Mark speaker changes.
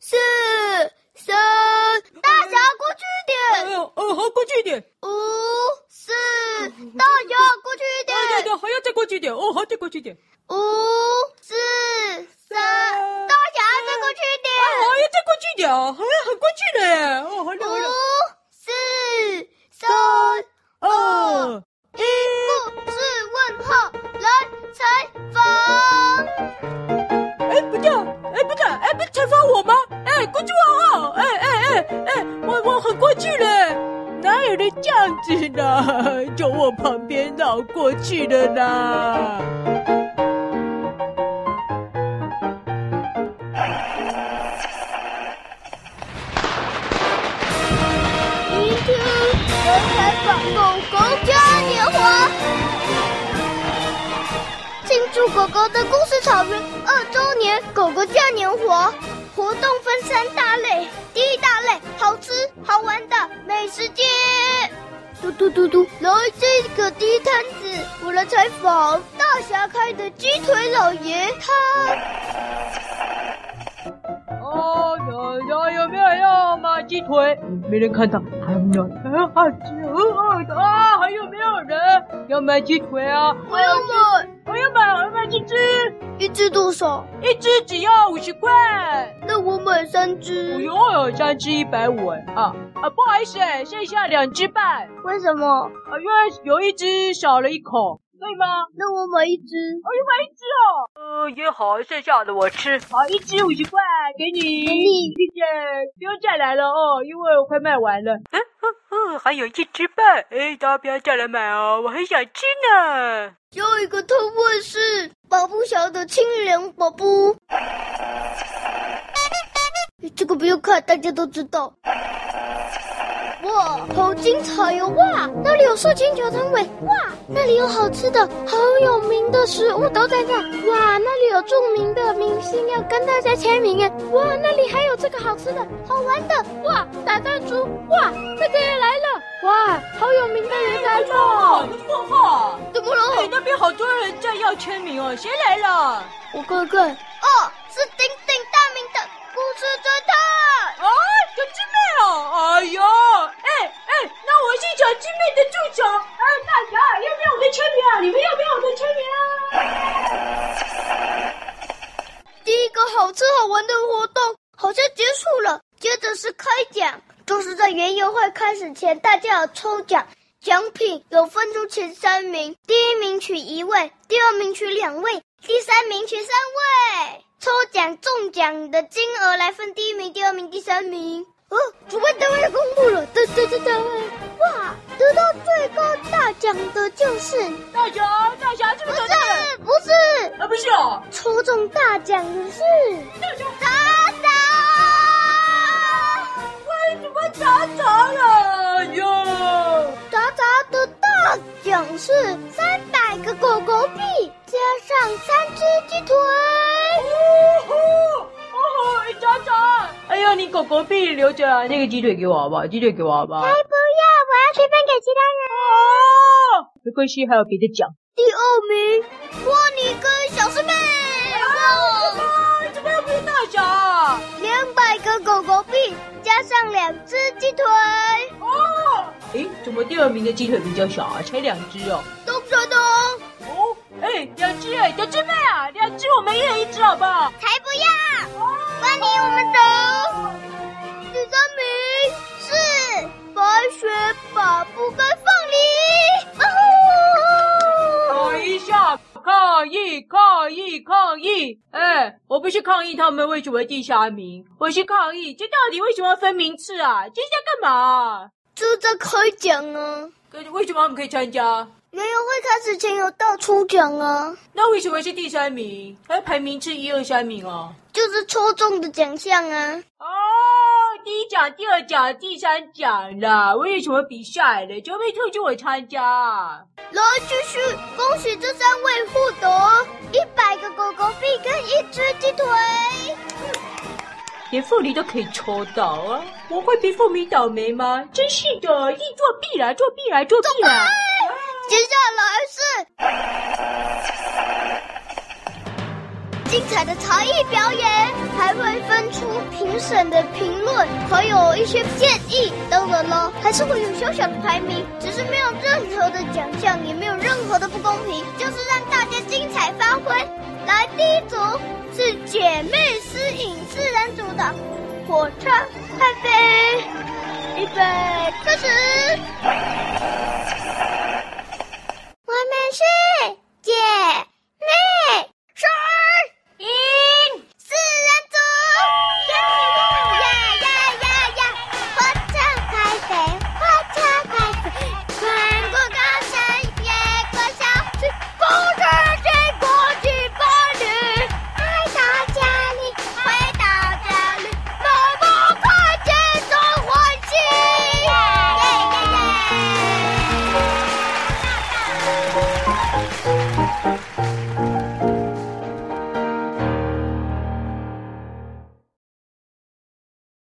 Speaker 1: 四、三，大侠过去一点。
Speaker 2: 哦哦，好，过去一点。
Speaker 1: 五、四，大侠过去一
Speaker 2: 对
Speaker 1: 点。
Speaker 2: 对，还要再过去一点。哦，好，再过去一点。
Speaker 1: 五、四、三，大侠再过去一
Speaker 2: 啊，好，
Speaker 1: 点。
Speaker 2: 要再过去一点哦，好像很过去了耶。哦，好了好
Speaker 1: 五
Speaker 2: 了。、
Speaker 1: 四、三。
Speaker 2: 哦，
Speaker 1: 一故事问候来采访。
Speaker 2: 哎，不对，哎，不对，哎，不是采访我吗？哎，过去问候，哎哎哎哎，我我很过去了。哪有人这样子的？从我旁边绕过去的啦。
Speaker 1: 明天来采访狗狗嘉年华，庆祝狗狗的故事草原二周年狗狗嘉年华。活动分三大类，第一大类好吃好玩的美食街。嘟嘟嘟嘟，来这个第一摊子，我来采访大侠开的鸡腿老爷，他
Speaker 2: 哦，有有有没有人要买鸡腿？没人看到，很冷，很好吃，很好的啊！还有没有人要买鸡腿啊？
Speaker 1: 我要买
Speaker 2: 我要买，我要买一只，
Speaker 1: 一只多少？
Speaker 2: 一只只要五十块。
Speaker 1: 那我买三只
Speaker 2: 哎呦，三只一百五哎啊啊！不好意思哎，剩下两只半，啊，
Speaker 1: 为什么？
Speaker 2: 因为有一只少了一口，可以吗？
Speaker 1: 那我买一只。
Speaker 2: 我又买一只哦。呃，也好，剩下的我吃。好，一只五十块，给你。
Speaker 1: 给你
Speaker 2: 谢谢，不用再来了哦，因为我快卖完了。嗯嗯嗯，还有一只半，哎，大家不要再来买哦，我很想吃呢。
Speaker 1: 有一个特问是保不小的青莲宝宝。这个不用看，大家都知道。哇，好精彩哟、哇，那里有色情小摊位，哇，那里有好吃的，好有名的食物都在那。哇，那里有著名的明星要跟大家签名哎。哇，那里还有这个好吃的、好玩的。哇，打弹珠。哇，那个人来了。哇，好有名的人来了。
Speaker 2: 问号，
Speaker 1: 怎么了？
Speaker 2: 哎那边好多人在要签名哦，谁来了？
Speaker 1: 我看看，哦，是鼎鼎大名的故事侦探。
Speaker 2: 啊，小师妹哦，哎呦，哎哎，那我是小师妹的助手。哎，大侠，要不要我的签名啊？你们要不要我的签名啊？
Speaker 1: 第一个好吃好玩的活动好像结束了，接着是开奖，就是在园游会开始前，大家有抽奖，奖品有分出前三名，第一名取一位，第二名取两位，第三名取三位。抽奖中奖的金额来分第一名、第二名、第三名。哦，主办单位要公布了，对对对对，哇，得到最高大奖的就是
Speaker 2: 大侠，大侠，这
Speaker 1: 不
Speaker 2: 个
Speaker 1: 是
Speaker 2: 小蛋。
Speaker 1: 不是，
Speaker 2: 啊，不是哦，
Speaker 1: 抽中大奖的是
Speaker 2: 大侠，
Speaker 1: 达达，
Speaker 2: 为什么砸砸了哎哟？
Speaker 1: 达达的大奖是三百个狗狗币，加上三只鸡腿。
Speaker 2: 哦吼，哦吼，砸砸！哎呀，你狗狗币留着啊，那个鸡腿给我好不好？鸡腿给我好不好？
Speaker 1: 才不要，我要去分给其他人。
Speaker 2: 哦，没关系，还有别的奖。
Speaker 1: 第二名，蜗牛跟小师妹，哇，
Speaker 2: 啊，怎么又不是大侠啊？
Speaker 1: 两百个狗狗币，加上两只鸡腿。
Speaker 2: 哦，诶，怎么第二名的鸡腿比较小啊？才两只哦。
Speaker 1: 咚咚咚，
Speaker 2: 哦，哎，两只哎，小师妹啊，两只我们一人一只好不好？
Speaker 1: 才不要。欢迎我们走。第三名是白雪宝布跟凤梨。哦吼
Speaker 2: 等一下，抗议！抗议！抗议！哎，我不是抗议他们为什么第三名，我是抗议这到底为什么要分名次啊？这是在干嘛啊？
Speaker 1: 这在开奖啊！
Speaker 2: 可是为什么他们可以参加？
Speaker 1: 园游会开始前有到抽奖啊，
Speaker 2: 那为什么是第三名？还排名次一二三名哦。
Speaker 1: 就是抽中的奖项啊。
Speaker 2: 哦，第一奖、第二奖、第三奖啦，为什么比赛呢？怎么没通知我参加啊？
Speaker 1: 来，继续恭喜这三位获得一百个狗狗币跟一只鸡腿。
Speaker 2: 连凤梨都可以抽到啊！我会比凤梨倒霉吗？真是的，一作弊啦，作弊啦，作弊啦！
Speaker 1: 接下来是精彩的才艺表演，还会分出评审审的评论，还有一些建议。当然了，还是会有小小的排名，只是没有任何的奖项，也没有任何的不公平，就是让大家精彩发挥。来，第一组是姐妹诗影自然组的《火车咖啡》，预备开始。